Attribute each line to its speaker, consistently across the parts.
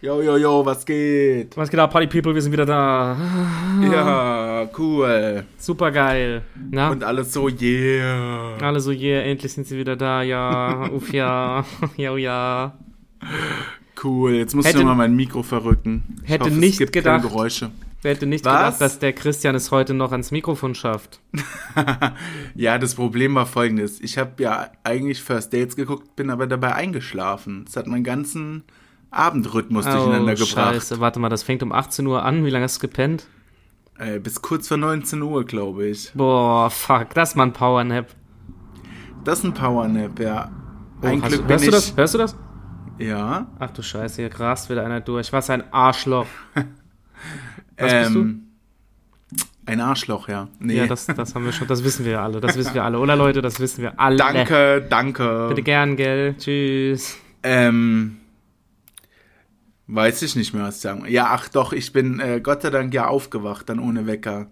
Speaker 1: Yo, yo, yo, was geht?
Speaker 2: Was geht ab, Party People? Wir sind wieder da. Ah.
Speaker 1: Ja, cool.
Speaker 2: Super geil. Na?
Speaker 1: Und alles so, yeah.
Speaker 2: alle so, yeah, endlich sind sie wieder da. Ja, uff, ja. Ja, oh, ja.
Speaker 1: Cool, jetzt musst
Speaker 2: Hätte-
Speaker 1: du mal mein Mikro verrücken. Ich
Speaker 2: hätte
Speaker 1: hoffe,
Speaker 2: nicht
Speaker 1: es gibt
Speaker 2: gedacht.
Speaker 1: Keine Geräusche.
Speaker 2: Wer hätte nicht
Speaker 1: Was?
Speaker 2: gedacht, dass der Christian es heute noch ans Mikrofon schafft?
Speaker 1: Ja, das Problem war folgendes. Ich habe ja eigentlich First Dates geguckt, bin aber dabei eingeschlafen. Das hat meinen ganzen Abendrhythmus durcheinander gebracht.
Speaker 2: Oh, Scheiße, warte mal, das fängt um 18 Uhr an. Wie lange hast du gepennt?
Speaker 1: Äh, bis kurz vor 19 Uhr, glaube ich.
Speaker 2: Boah, fuck, das ist mal ein Powernap.
Speaker 1: Das ist ein Powernap, ja.
Speaker 2: Oh,
Speaker 1: Ein
Speaker 2: hast
Speaker 1: Glück
Speaker 2: du,
Speaker 1: bin
Speaker 2: hörst
Speaker 1: ich.
Speaker 2: du das? Hörst du das?
Speaker 1: Ja.
Speaker 2: Ach du Scheiße, hier rast wieder einer durch. Was ein Arschloch. Was bist
Speaker 1: Ähm, Ein Arschloch, ja. Nee.
Speaker 2: Ja, das, das haben wir schon, das wissen wir ja alle. Das wissen wir alle, oder Leute? Das wissen wir alle.
Speaker 1: danke, danke.
Speaker 2: Bitte gern, gell? Tschüss.
Speaker 1: Ähm, weiß ich nicht mehr, was ich sagen. Ja, ach doch, ich bin äh, Gott sei Dank ja aufgewacht, dann ohne Wecker.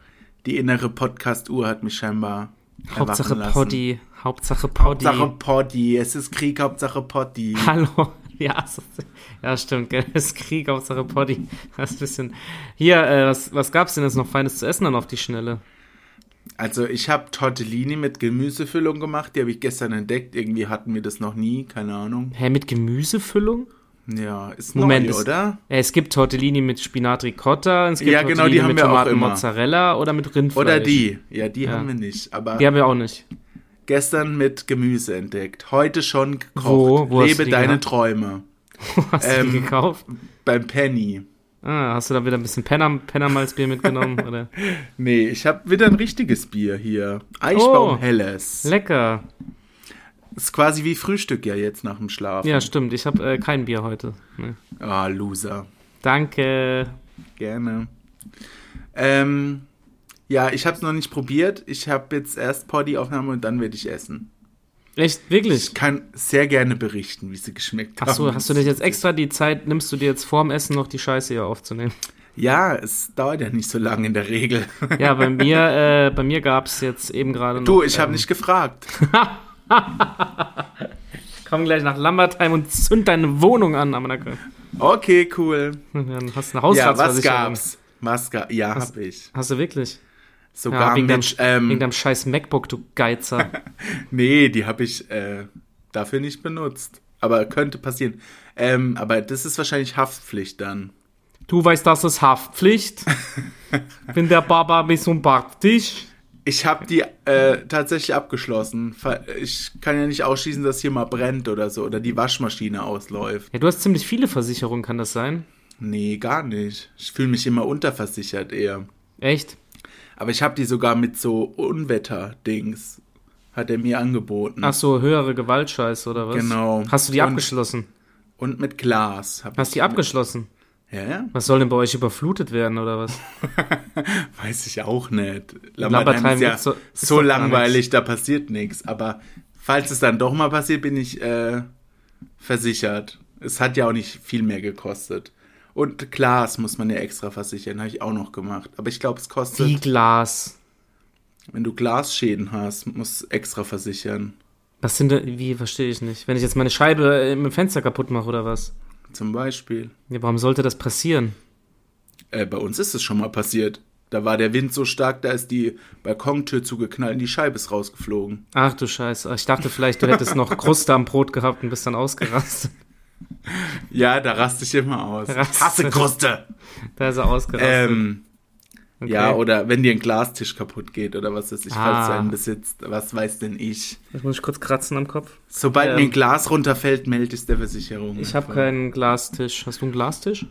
Speaker 1: Die innere Podcast-Uhr hat mich scheinbar
Speaker 2: Hauptsache
Speaker 1: erwachen lassen.
Speaker 2: Poddy. Hauptsache Poddy.
Speaker 1: Hauptsache Poddy. Es ist Krieg, Hauptsache Poddy.
Speaker 2: Hallo. Ja, es ist- ja, stimmt, gell? Das ist Krieg, Hauptsache Poddy. Das ist ein bisschen. Hier, äh, was, was gab's denn jetzt noch Feines zu essen dann auf die Schnelle?
Speaker 1: Also ich habe Tortellini mit Gemüsefüllung gemacht. Die habe ich gestern entdeckt. Irgendwie hatten wir das noch nie. Keine Ahnung.
Speaker 2: Hä, mit Gemüsefüllung?
Speaker 1: Ja, ist
Speaker 2: Moment,
Speaker 1: neu,
Speaker 2: ist-
Speaker 1: oder?
Speaker 2: Äh, es gibt Tortellini mit Spinat Ricotta, es gibt
Speaker 1: Ja, genau,
Speaker 2: Tortellini
Speaker 1: die haben
Speaker 2: mit
Speaker 1: wir auch
Speaker 2: Tomaten
Speaker 1: immer.
Speaker 2: Mozzarella oder mit Rindfleisch.
Speaker 1: Oder die. Ja, die haben wir nicht. Aber
Speaker 2: Die haben wir auch nicht.
Speaker 1: gestern mit Gemüse entdeckt. Heute schon gekocht.
Speaker 2: Wo? Wo hast
Speaker 1: Lebe
Speaker 2: du die
Speaker 1: deine
Speaker 2: gehabt?
Speaker 1: Träume.
Speaker 2: Hast du die
Speaker 1: Ähm.
Speaker 2: gekauft?
Speaker 1: Beim Penny.
Speaker 2: Ah, hast du da wieder ein bisschen Penner, Pennermalzbier mitgenommen? oder?
Speaker 1: Nee, ich habe wieder ein richtiges Bier hier. Eichbaum
Speaker 2: Oh.
Speaker 1: helles.
Speaker 2: Lecker.
Speaker 1: Ist quasi wie Frühstück ja jetzt nach dem Schlaf.
Speaker 2: Ja, stimmt. Ich habe äh, kein Bier heute. Nee.
Speaker 1: Ah, Loser.
Speaker 2: Danke.
Speaker 1: Gerne. Ähm, ja, ich habe es noch nicht probiert. Ich habe jetzt erst Poddy-Aufnahme und dann werde ich essen.
Speaker 2: Echt, wirklich?
Speaker 1: Ich kann sehr gerne berichten, wie sie geschmeckt haben.
Speaker 2: Ach so, hast du nicht jetzt extra die Zeit, nimmst du dir jetzt vorm Essen noch die Scheiße hier aufzunehmen?
Speaker 1: Ja, es dauert ja nicht so lange in der Regel.
Speaker 2: Ja, bei mir, äh, bei mir gab's jetzt eben gerade noch.
Speaker 1: Du, ich habe nicht gefragt.
Speaker 2: äh, Komm gleich nach Lambertheim und zünd deine Wohnung an, Amanaka.
Speaker 1: Okay, cool.
Speaker 2: Dann hast du eine
Speaker 1: Ja, was
Speaker 2: Hausratsversicherung.
Speaker 1: gab's? Maske, ja,
Speaker 2: Was-
Speaker 1: hab ich.
Speaker 2: Hast du wirklich?
Speaker 1: Sogar
Speaker 2: wegen, deinem,
Speaker 1: mit, ähm,
Speaker 2: wegen deinem scheiß MacBook, du Geizer.
Speaker 1: Nee, die habe ich äh, dafür nicht benutzt. Aber könnte passieren. Ähm, aber das ist wahrscheinlich Haftpflicht dann.
Speaker 2: Du weißt, das ist Haftpflicht. Wenn der Baba mich so backt dich.
Speaker 1: Ich habe die äh, tatsächlich abgeschlossen. Ver- Ich kann ja nicht ausschließen, dass hier mal brennt oder so. Oder die Waschmaschine ausläuft.
Speaker 2: Ja, du hast ziemlich viele Versicherungen, kann das sein?
Speaker 1: Nee, gar nicht. Ich fühle mich immer unterversichert eher.
Speaker 2: Echt?
Speaker 1: Aber ich habe die sogar mit so Unwetter-Dings. Hat er mir angeboten.
Speaker 2: Ach so, höhere Gewaltscheiße oder was?
Speaker 1: Genau.
Speaker 2: Hast du die
Speaker 1: Und-
Speaker 2: abgeschlossen?
Speaker 1: Und mit Glas. Hab
Speaker 2: Hast
Speaker 1: ich
Speaker 2: die abgeschlossen?
Speaker 1: Ja, ja.
Speaker 2: Was soll denn bei euch überflutet werden oder was?
Speaker 1: Weiß ich auch nicht.
Speaker 2: Lambertheim
Speaker 1: Lambertheim ist ja
Speaker 2: gibt's so-
Speaker 1: so,
Speaker 2: ist doch gar
Speaker 1: langweilig, da passiert nichts. Aber falls es dann doch mal passiert, bin ich äh, versichert. Es hat ja auch nicht viel mehr gekostet. Und Glas muss man ja extra versichern, habe ich auch noch gemacht. Aber ich glaube, es kostet,
Speaker 2: Wie Glas.
Speaker 1: wenn du Glasschäden hast, musst du extra versichern.
Speaker 2: Was sind denn, wie verstehe ich nicht? Wenn ich jetzt meine Scheibe äh, im Fenster kaputt mache oder was?
Speaker 1: Zum Beispiel.
Speaker 2: Ja, warum sollte das passieren?
Speaker 1: Äh, bei uns ist es schon mal passiert. Da war der Wind so stark, da ist die Balkontür zugeknallt und die Scheibe ist rausgeflogen.
Speaker 2: Ach du Scheiße, ich dachte vielleicht, du hättest noch Kruste am Brot gehabt und bist dann ausgerastet.
Speaker 1: Ja, da raste ich immer aus.
Speaker 2: Raste.
Speaker 1: Hasse Kruste!
Speaker 2: Da ist er ausgerastet.
Speaker 1: Ähm,
Speaker 2: okay.
Speaker 1: Ja, oder wenn dir ein Glastisch kaputt geht oder was weiß ich, falls du
Speaker 2: Ah.
Speaker 1: einen besitzt, was weiß denn ich.
Speaker 2: Jetzt muss ich kurz kratzen am Kopf.
Speaker 1: Sobald
Speaker 2: Ähm.
Speaker 1: mir ein Glas runterfällt, melde ich der Versicherung.
Speaker 2: Ich habe keinen Glastisch. Hast du einen Glastisch?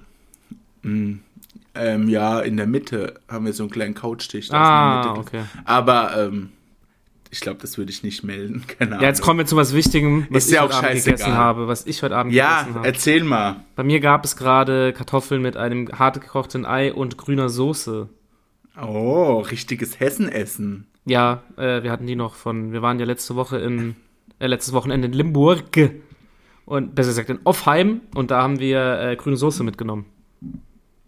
Speaker 1: Ähm, ja, in der Mitte haben wir so einen kleinen Couchtisch. da ist in
Speaker 2: Ah,
Speaker 1: der Mitte
Speaker 2: okay.
Speaker 1: Glas. Aber ähm, ich glaube, das würde ich nicht melden. Keine Ahnung.
Speaker 2: Ja, jetzt kommen wir zu was Wichtigem, was
Speaker 1: Ist
Speaker 2: ich
Speaker 1: ja
Speaker 2: heute
Speaker 1: auch
Speaker 2: Abend
Speaker 1: scheißegal.
Speaker 2: gegessen habe. Was ich heute Abend
Speaker 1: ja
Speaker 2: gegessen habe.
Speaker 1: erzähl mal.
Speaker 2: Bei mir gab es gerade Kartoffeln mit einem hart gekochten Ei und grüner Soße.
Speaker 1: Oh, richtiges Hessenessen.
Speaker 2: Ja, äh, wir hatten die noch von, wir waren ja letzte Woche in, äh, letztes Wochenende in Limburg. Und besser gesagt in Offheim. Und da haben wir äh, grüne Soße mitgenommen.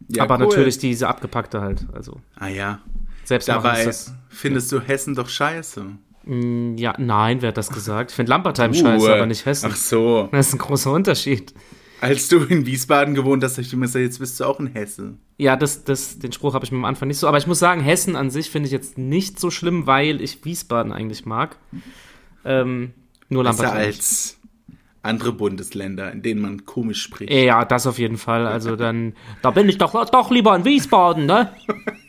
Speaker 1: Ja,
Speaker 2: Aber
Speaker 1: cool.
Speaker 2: natürlich diese abgepackte halt. Also
Speaker 1: Ah ja.
Speaker 2: selbst machen
Speaker 1: Dabei
Speaker 2: ist
Speaker 1: findest du Hessen doch scheiße.
Speaker 2: das. Ja, nein, wer hat das gesagt? Ich finde Lampertheim scheiße,
Speaker 1: Uh,
Speaker 2: aber nicht Hessen.
Speaker 1: Ach so.
Speaker 2: Das ist ein großer Unterschied.
Speaker 1: Als du in Wiesbaden gewohnt hast, habe ich mir gesagt, jetzt bist du auch in Hessen.
Speaker 2: Ja, das, das, den Spruch habe ich mir am Anfang nicht so. Aber ich muss sagen, Hessen an sich finde ich jetzt nicht so schlimm, weil ich Wiesbaden eigentlich mag. Ähm, nur
Speaker 1: Besser
Speaker 2: Lambertheim.
Speaker 1: als andere Bundesländer, in denen man komisch spricht.
Speaker 2: Ja, das auf jeden Fall. Also dann, da bin ich doch, doch lieber in Wiesbaden, ne?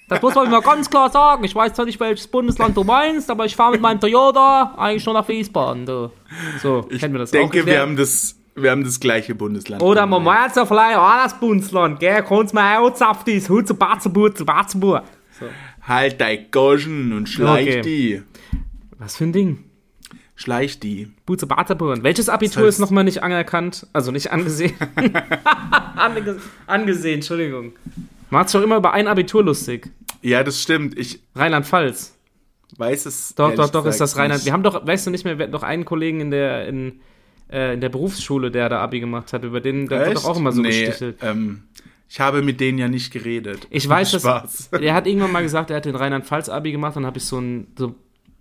Speaker 2: Das muss man mir ganz klar sagen. Ich weiß zwar nicht, welches Bundesland du meinst, aber ich fahre mit meinem Toyota eigentlich nur nach Wiesbaden, du. So,
Speaker 1: ich
Speaker 2: kennen wir das auch.
Speaker 1: denke, wir
Speaker 2: Wer-
Speaker 1: haben das, wir haben das gleiche Bundesland.
Speaker 2: Oder man meint ja vielleicht auch das Bundesland, gell? Kannst mir auch Saftis, Hutze, Batze, Butze, Batzebur.
Speaker 1: Halt dein Goschen und schleich
Speaker 2: Okay.
Speaker 1: die.
Speaker 2: Was für ein Ding.
Speaker 1: Schleich die.
Speaker 2: Butze, Batzebur. Welches Abitur
Speaker 1: heißt-
Speaker 2: ist nochmal nicht anerkannt? Also nicht angesehen. Ange- angesehen, Entschuldigung. Man hat sich doch immer über ein Abitur lustig.
Speaker 1: Ja, das stimmt. Ich
Speaker 2: Rheinland-Pfalz.
Speaker 1: weiß es.
Speaker 2: Doch,
Speaker 1: ehrlich
Speaker 2: doch, doch, ist
Speaker 1: gesagt
Speaker 2: das Rheinland.
Speaker 1: nicht.
Speaker 2: Wir haben doch, weißt du nicht mehr, wir hatten doch einen Kollegen in der, in, äh, in der Berufsschule, der da Abi gemacht hat, über den, der wird
Speaker 1: Echt?
Speaker 2: doch auch immer so
Speaker 1: nee,
Speaker 2: gestichelt.
Speaker 1: Ähm, ich habe mit denen ja nicht geredet.
Speaker 2: Ich weiß, dass,
Speaker 1: Spaß.
Speaker 2: der hat irgendwann mal gesagt, er hat den Rheinland-Pfalz-Abi gemacht, dann habe ich so ein, so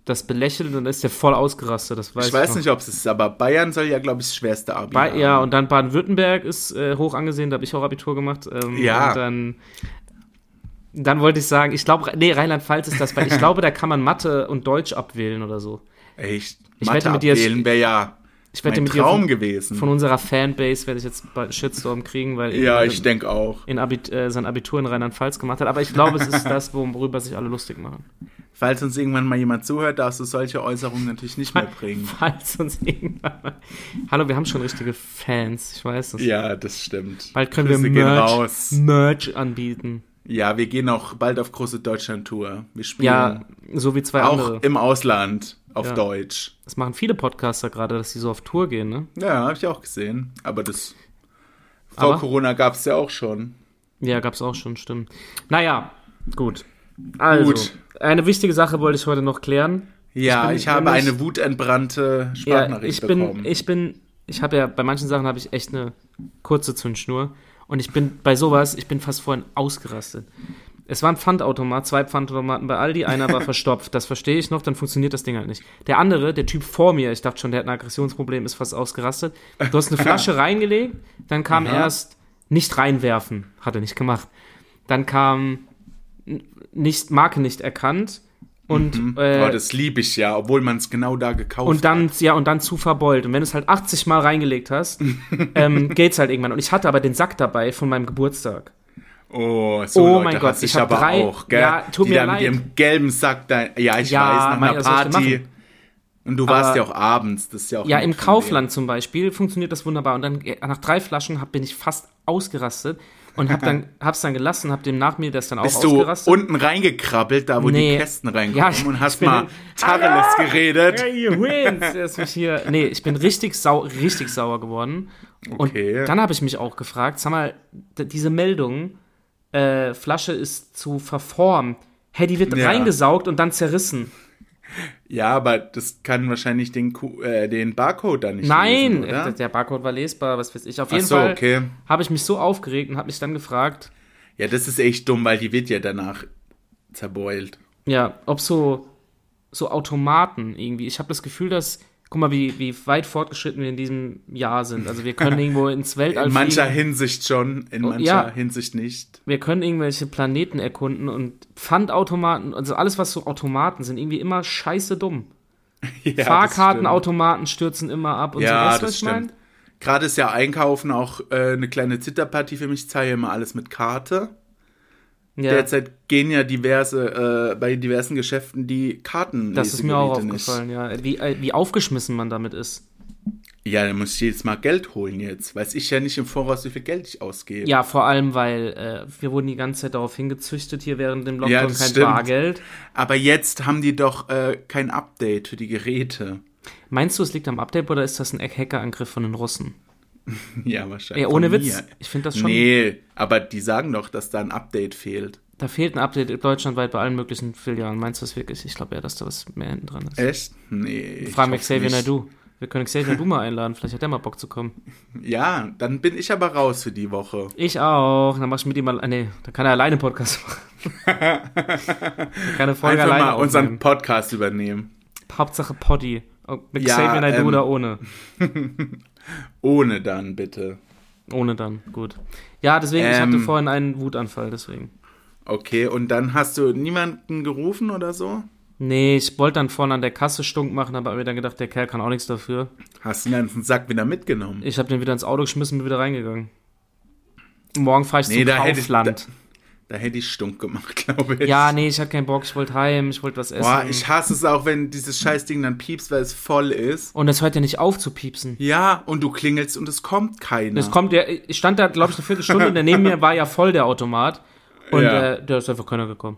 Speaker 2: das belächelt und dann ist der voll ausgerastet, das weiß ich.
Speaker 1: Ich weiß
Speaker 2: noch.
Speaker 1: nicht, ob es ist, aber Bayern soll ja, glaube ich, das schwerste Abi
Speaker 2: Ba
Speaker 1: haben.
Speaker 2: ja, und dann Baden-Württemberg ist äh, hoch angesehen, da habe ich auch Abitur gemacht. Ähm,
Speaker 1: Ja.
Speaker 2: Und dann, dann wollte ich sagen, ich glaube, nee, Rheinland-Pfalz ist das, weil ich glaube, da kann man Mathe und Deutsch abwählen oder so.
Speaker 1: Echt?
Speaker 2: Ich
Speaker 1: Mathe
Speaker 2: wette mit dir,
Speaker 1: abwählen wäre ja
Speaker 2: Ich wette
Speaker 1: mein
Speaker 2: mit dir von-
Speaker 1: Traum gewesen.
Speaker 2: Von unserer Fanbase werde ich jetzt bald einen Shitstorm kriegen, weil
Speaker 1: Hm. ja,
Speaker 2: irgendjemand
Speaker 1: ich denke auch.
Speaker 2: in Abit äh, sein Abitur in Rheinland-Pfalz gemacht hat. Aber ich glaube, es ist das, worüber sich alle lustig machen.
Speaker 1: Hm. Falls uns irgendwann mal jemand zuhört, darfst du solche Äußerungen natürlich nicht mehr bringen.
Speaker 2: Falls uns irgendwann mal. Hallo, wir haben schon richtige Fans. Ich weiß es.
Speaker 1: Ja, das stimmt.
Speaker 2: Bald können
Speaker 1: Grüße
Speaker 2: wir
Speaker 1: gehen
Speaker 2: Merch,
Speaker 1: raus.
Speaker 2: Merch anbieten.
Speaker 1: Ja, wir gehen auch bald auf große Deutschland-Tour. Wir spielen
Speaker 2: Ja, so wie zwei
Speaker 1: auch
Speaker 2: andere.
Speaker 1: im Ausland auf
Speaker 2: Ja.
Speaker 1: Deutsch.
Speaker 2: Das machen viele Podcaster gerade, dass sie so auf Tour gehen, ne?
Speaker 1: Ja, habe ich auch gesehen. Aber das vor
Speaker 2: Aber-
Speaker 1: Corona gab es ja auch schon.
Speaker 2: Ja, gab's auch schon, stimmt. Naja, gut. Also,
Speaker 1: Gut.
Speaker 2: eine wichtige Sache wollte ich heute noch klären.
Speaker 1: Ja,
Speaker 2: bin
Speaker 1: ich, habe
Speaker 2: nämlich-
Speaker 1: eine wutentbrannte
Speaker 2: Ja,
Speaker 1: Sprachnachricht
Speaker 2: ich bin,
Speaker 1: bekommen.
Speaker 2: ich bin, ich habe ja bei manchen Sachen habe ich echt eine kurze Zündschnur und ich bin bei sowas, ich bin fast vorhin ausgerastet. Es war ein Pfandautomat, zwei Pfandautomaten bei Aldi, einer war verstopft, das verstehe ich noch, dann funktioniert das Ding halt nicht. Der andere, der Typ vor mir, ich dachte schon, der hat ein Aggressionsproblem, ist fast ausgerastet. Du hast eine Flasche reingelegt, dann kam
Speaker 1: Aha.
Speaker 2: erst nicht reinwerfen, hat er nicht gemacht. Dann kam n- nicht Marke nicht erkannt und äh,
Speaker 1: oh, das liebe ich ja, obwohl man es genau da gekauft
Speaker 2: und dann, ja, und dann zu verbeult. Und wenn du es halt 80 Mal reingelegt hast, ähm, geht's halt irgendwann. Und ich hatte aber den Sack dabei von meinem Geburtstag.
Speaker 1: hat. Oh, so
Speaker 2: Oh
Speaker 1: Leute
Speaker 2: mein Gott,
Speaker 1: hasse ich
Speaker 2: ich hab
Speaker 1: aber
Speaker 2: drei-
Speaker 1: auch, gell?
Speaker 2: Ja, tut
Speaker 1: Die
Speaker 2: mir
Speaker 1: da
Speaker 2: leid.
Speaker 1: mit ihrem gelben Sack da. Ja, ich
Speaker 2: Ja,
Speaker 1: weiß, nach
Speaker 2: mein,
Speaker 1: einer
Speaker 2: was soll ich denn
Speaker 1: Party.
Speaker 2: machen?
Speaker 1: Und du warst
Speaker 2: Aber-
Speaker 1: ja auch abends, das ist ja auch
Speaker 2: Ja,
Speaker 1: nett
Speaker 2: im
Speaker 1: von dir.
Speaker 2: Kaufland zum Beispiel funktioniert das wunderbar. Und dann äh, nach drei Flaschen hab, bin ich fast ausgerastet und hab dann, hab's dann gelassen, hab dem nach mir das dann auch
Speaker 1: Bist du
Speaker 2: ausgerastet.
Speaker 1: unten reingekrabbelt, da wo
Speaker 2: Nee.
Speaker 1: die Kästen reinkommen
Speaker 2: Ja, ich-
Speaker 1: und
Speaker 2: ich
Speaker 1: hast
Speaker 2: bin-
Speaker 1: mal Tacheles geredet?
Speaker 2: Hey, you wins. Er ist mich hier. Nee, ich bin richtig, sau richtig sauer geworden. Und
Speaker 1: Okay.
Speaker 2: dann habe ich mich auch gefragt, sag mal, d- diese Meldung, äh, Flasche ist zu verformt. Hey, die wird
Speaker 1: Ja.
Speaker 2: reingesaugt und dann zerrissen.
Speaker 1: Ja, aber das kann wahrscheinlich den, Ku- äh, den Barcode da nicht
Speaker 2: Nein,
Speaker 1: lesen, oder?
Speaker 2: äh, der Barcode war lesbar, was weiß ich. Auf
Speaker 1: Ach
Speaker 2: jeden
Speaker 1: so,
Speaker 2: Fall
Speaker 1: okay.
Speaker 2: habe ich mich so aufgeregt und habe mich dann gefragt,
Speaker 1: Ja, das ist echt dumm, weil die wird ja danach zerbeult.
Speaker 2: ja, ob so, so Automaten irgendwie. Ich habe das Gefühl, dass. Guck mal, wie, wie weit fortgeschritten wir in diesem Jahr sind. Also wir können irgendwo ins Weltall
Speaker 1: In mancher
Speaker 2: fliegen.
Speaker 1: Hinsicht schon, in mancher
Speaker 2: Oh, ja.
Speaker 1: Hinsicht nicht.
Speaker 2: wir können irgendwelche Planeten erkunden und Pfandautomaten, also alles, was so Automaten sind, irgendwie immer scheiße dumm.
Speaker 1: Ja, das stimmt.
Speaker 2: Fahrkartenautomaten stürzen immer ab und so.
Speaker 1: Ja,
Speaker 2: Weißt du, was
Speaker 1: das
Speaker 2: ich meine?
Speaker 1: stimmt. Gerade ist ja Einkaufen auch äh, eine kleine Zitterpartie für mich. Ich zahle ja immer alles mit Karte.
Speaker 2: Ja,
Speaker 1: Derzeit gehen ja diverse, äh, bei diversen Geschäften die Karten.
Speaker 2: das ist mir auch aufgefallen, ja. Wie, äh, wie aufgeschmissen man damit ist.
Speaker 1: Ja, dann muss ich jedes Mal Geld holen jetzt. Weiß ich ja nicht im Voraus, wie viel Geld ich ausgebe.
Speaker 2: Ja, vor allem, weil äh, wir wurden die ganze Zeit darauf hingezüchtet, hier während dem Lockdown
Speaker 1: Ja,
Speaker 2: kein
Speaker 1: das stimmt.
Speaker 2: Bargeld.
Speaker 1: Aber jetzt haben die doch äh, kein Update für die Geräte.
Speaker 2: Meinst du, es liegt am Update oder ist das ein Hackerangriff von den Russen?
Speaker 1: Ja, wahrscheinlich.
Speaker 2: Ey, ohne
Speaker 1: Von mir.
Speaker 2: Witz, ich finde das schon,
Speaker 1: Nee, aber die sagen doch, dass da ein Update fehlt.
Speaker 2: da fehlt ein Update deutschlandweit bei allen möglichen Filialen. Meinst du das wirklich? Ich glaube eher, dass da was mehr hinten dran ist.
Speaker 1: Echt? Nee. ich
Speaker 2: Fragen wir
Speaker 1: hoffe
Speaker 2: Xavier
Speaker 1: nicht.
Speaker 2: Nadu. Wir können Xavier Nadu mal einladen, vielleicht hat er mal Bock zu kommen.
Speaker 1: Ja, dann bin ich aber raus für die Woche.
Speaker 2: Ich auch. Dann mach ich mit ihm mal. Nee, dann kann er alleine Podcast machen. Dann kann er Folge
Speaker 1: Einfach mal
Speaker 2: alleine
Speaker 1: unseren
Speaker 2: aufnehmen.
Speaker 1: Podcast übernehmen.
Speaker 2: Hauptsache Poddy. Ob Mit
Speaker 1: Ja,
Speaker 2: Xavier Nadu
Speaker 1: ähm,
Speaker 2: oder ohne.
Speaker 1: Ohne dann bitte.
Speaker 2: Ohne dann, gut. Ja, deswegen, ich hatte
Speaker 1: Ähm.
Speaker 2: vorhin einen Wutanfall, deswegen.
Speaker 1: Okay, und dann hast du niemanden gerufen oder so?
Speaker 2: Nee, ich wollte dann vorne an der Kasse stunk machen, aber hab mir dann gedacht, der Kerl kann auch nichts dafür.
Speaker 1: Hast den ganzen Sack wieder mitgenommen?
Speaker 2: Ich habe den wieder ins Auto geschmissen und bin wieder reingegangen. Morgen fahre ich
Speaker 1: Nee,
Speaker 2: zum
Speaker 1: da hätte ich-
Speaker 2: Kaufland.
Speaker 1: Da hätte ich stunk gemacht, glaube ich.
Speaker 2: ja, nee, ich hatte keinen Bock, ich wollte heim, ich wollte was essen.
Speaker 1: Boah, ich hasse es auch, wenn dieses Scheißding dann piepst, weil es voll ist.
Speaker 2: und es hört ja nicht auf zu piepsen.
Speaker 1: Ja, und du klingelst und es kommt keiner.
Speaker 2: Es kommt ja, ich stand da, glaube ich, eine Viertelstunde und neben mir war ja voll der Automat. Und
Speaker 1: Ja.
Speaker 2: äh, da ist einfach keiner gekommen.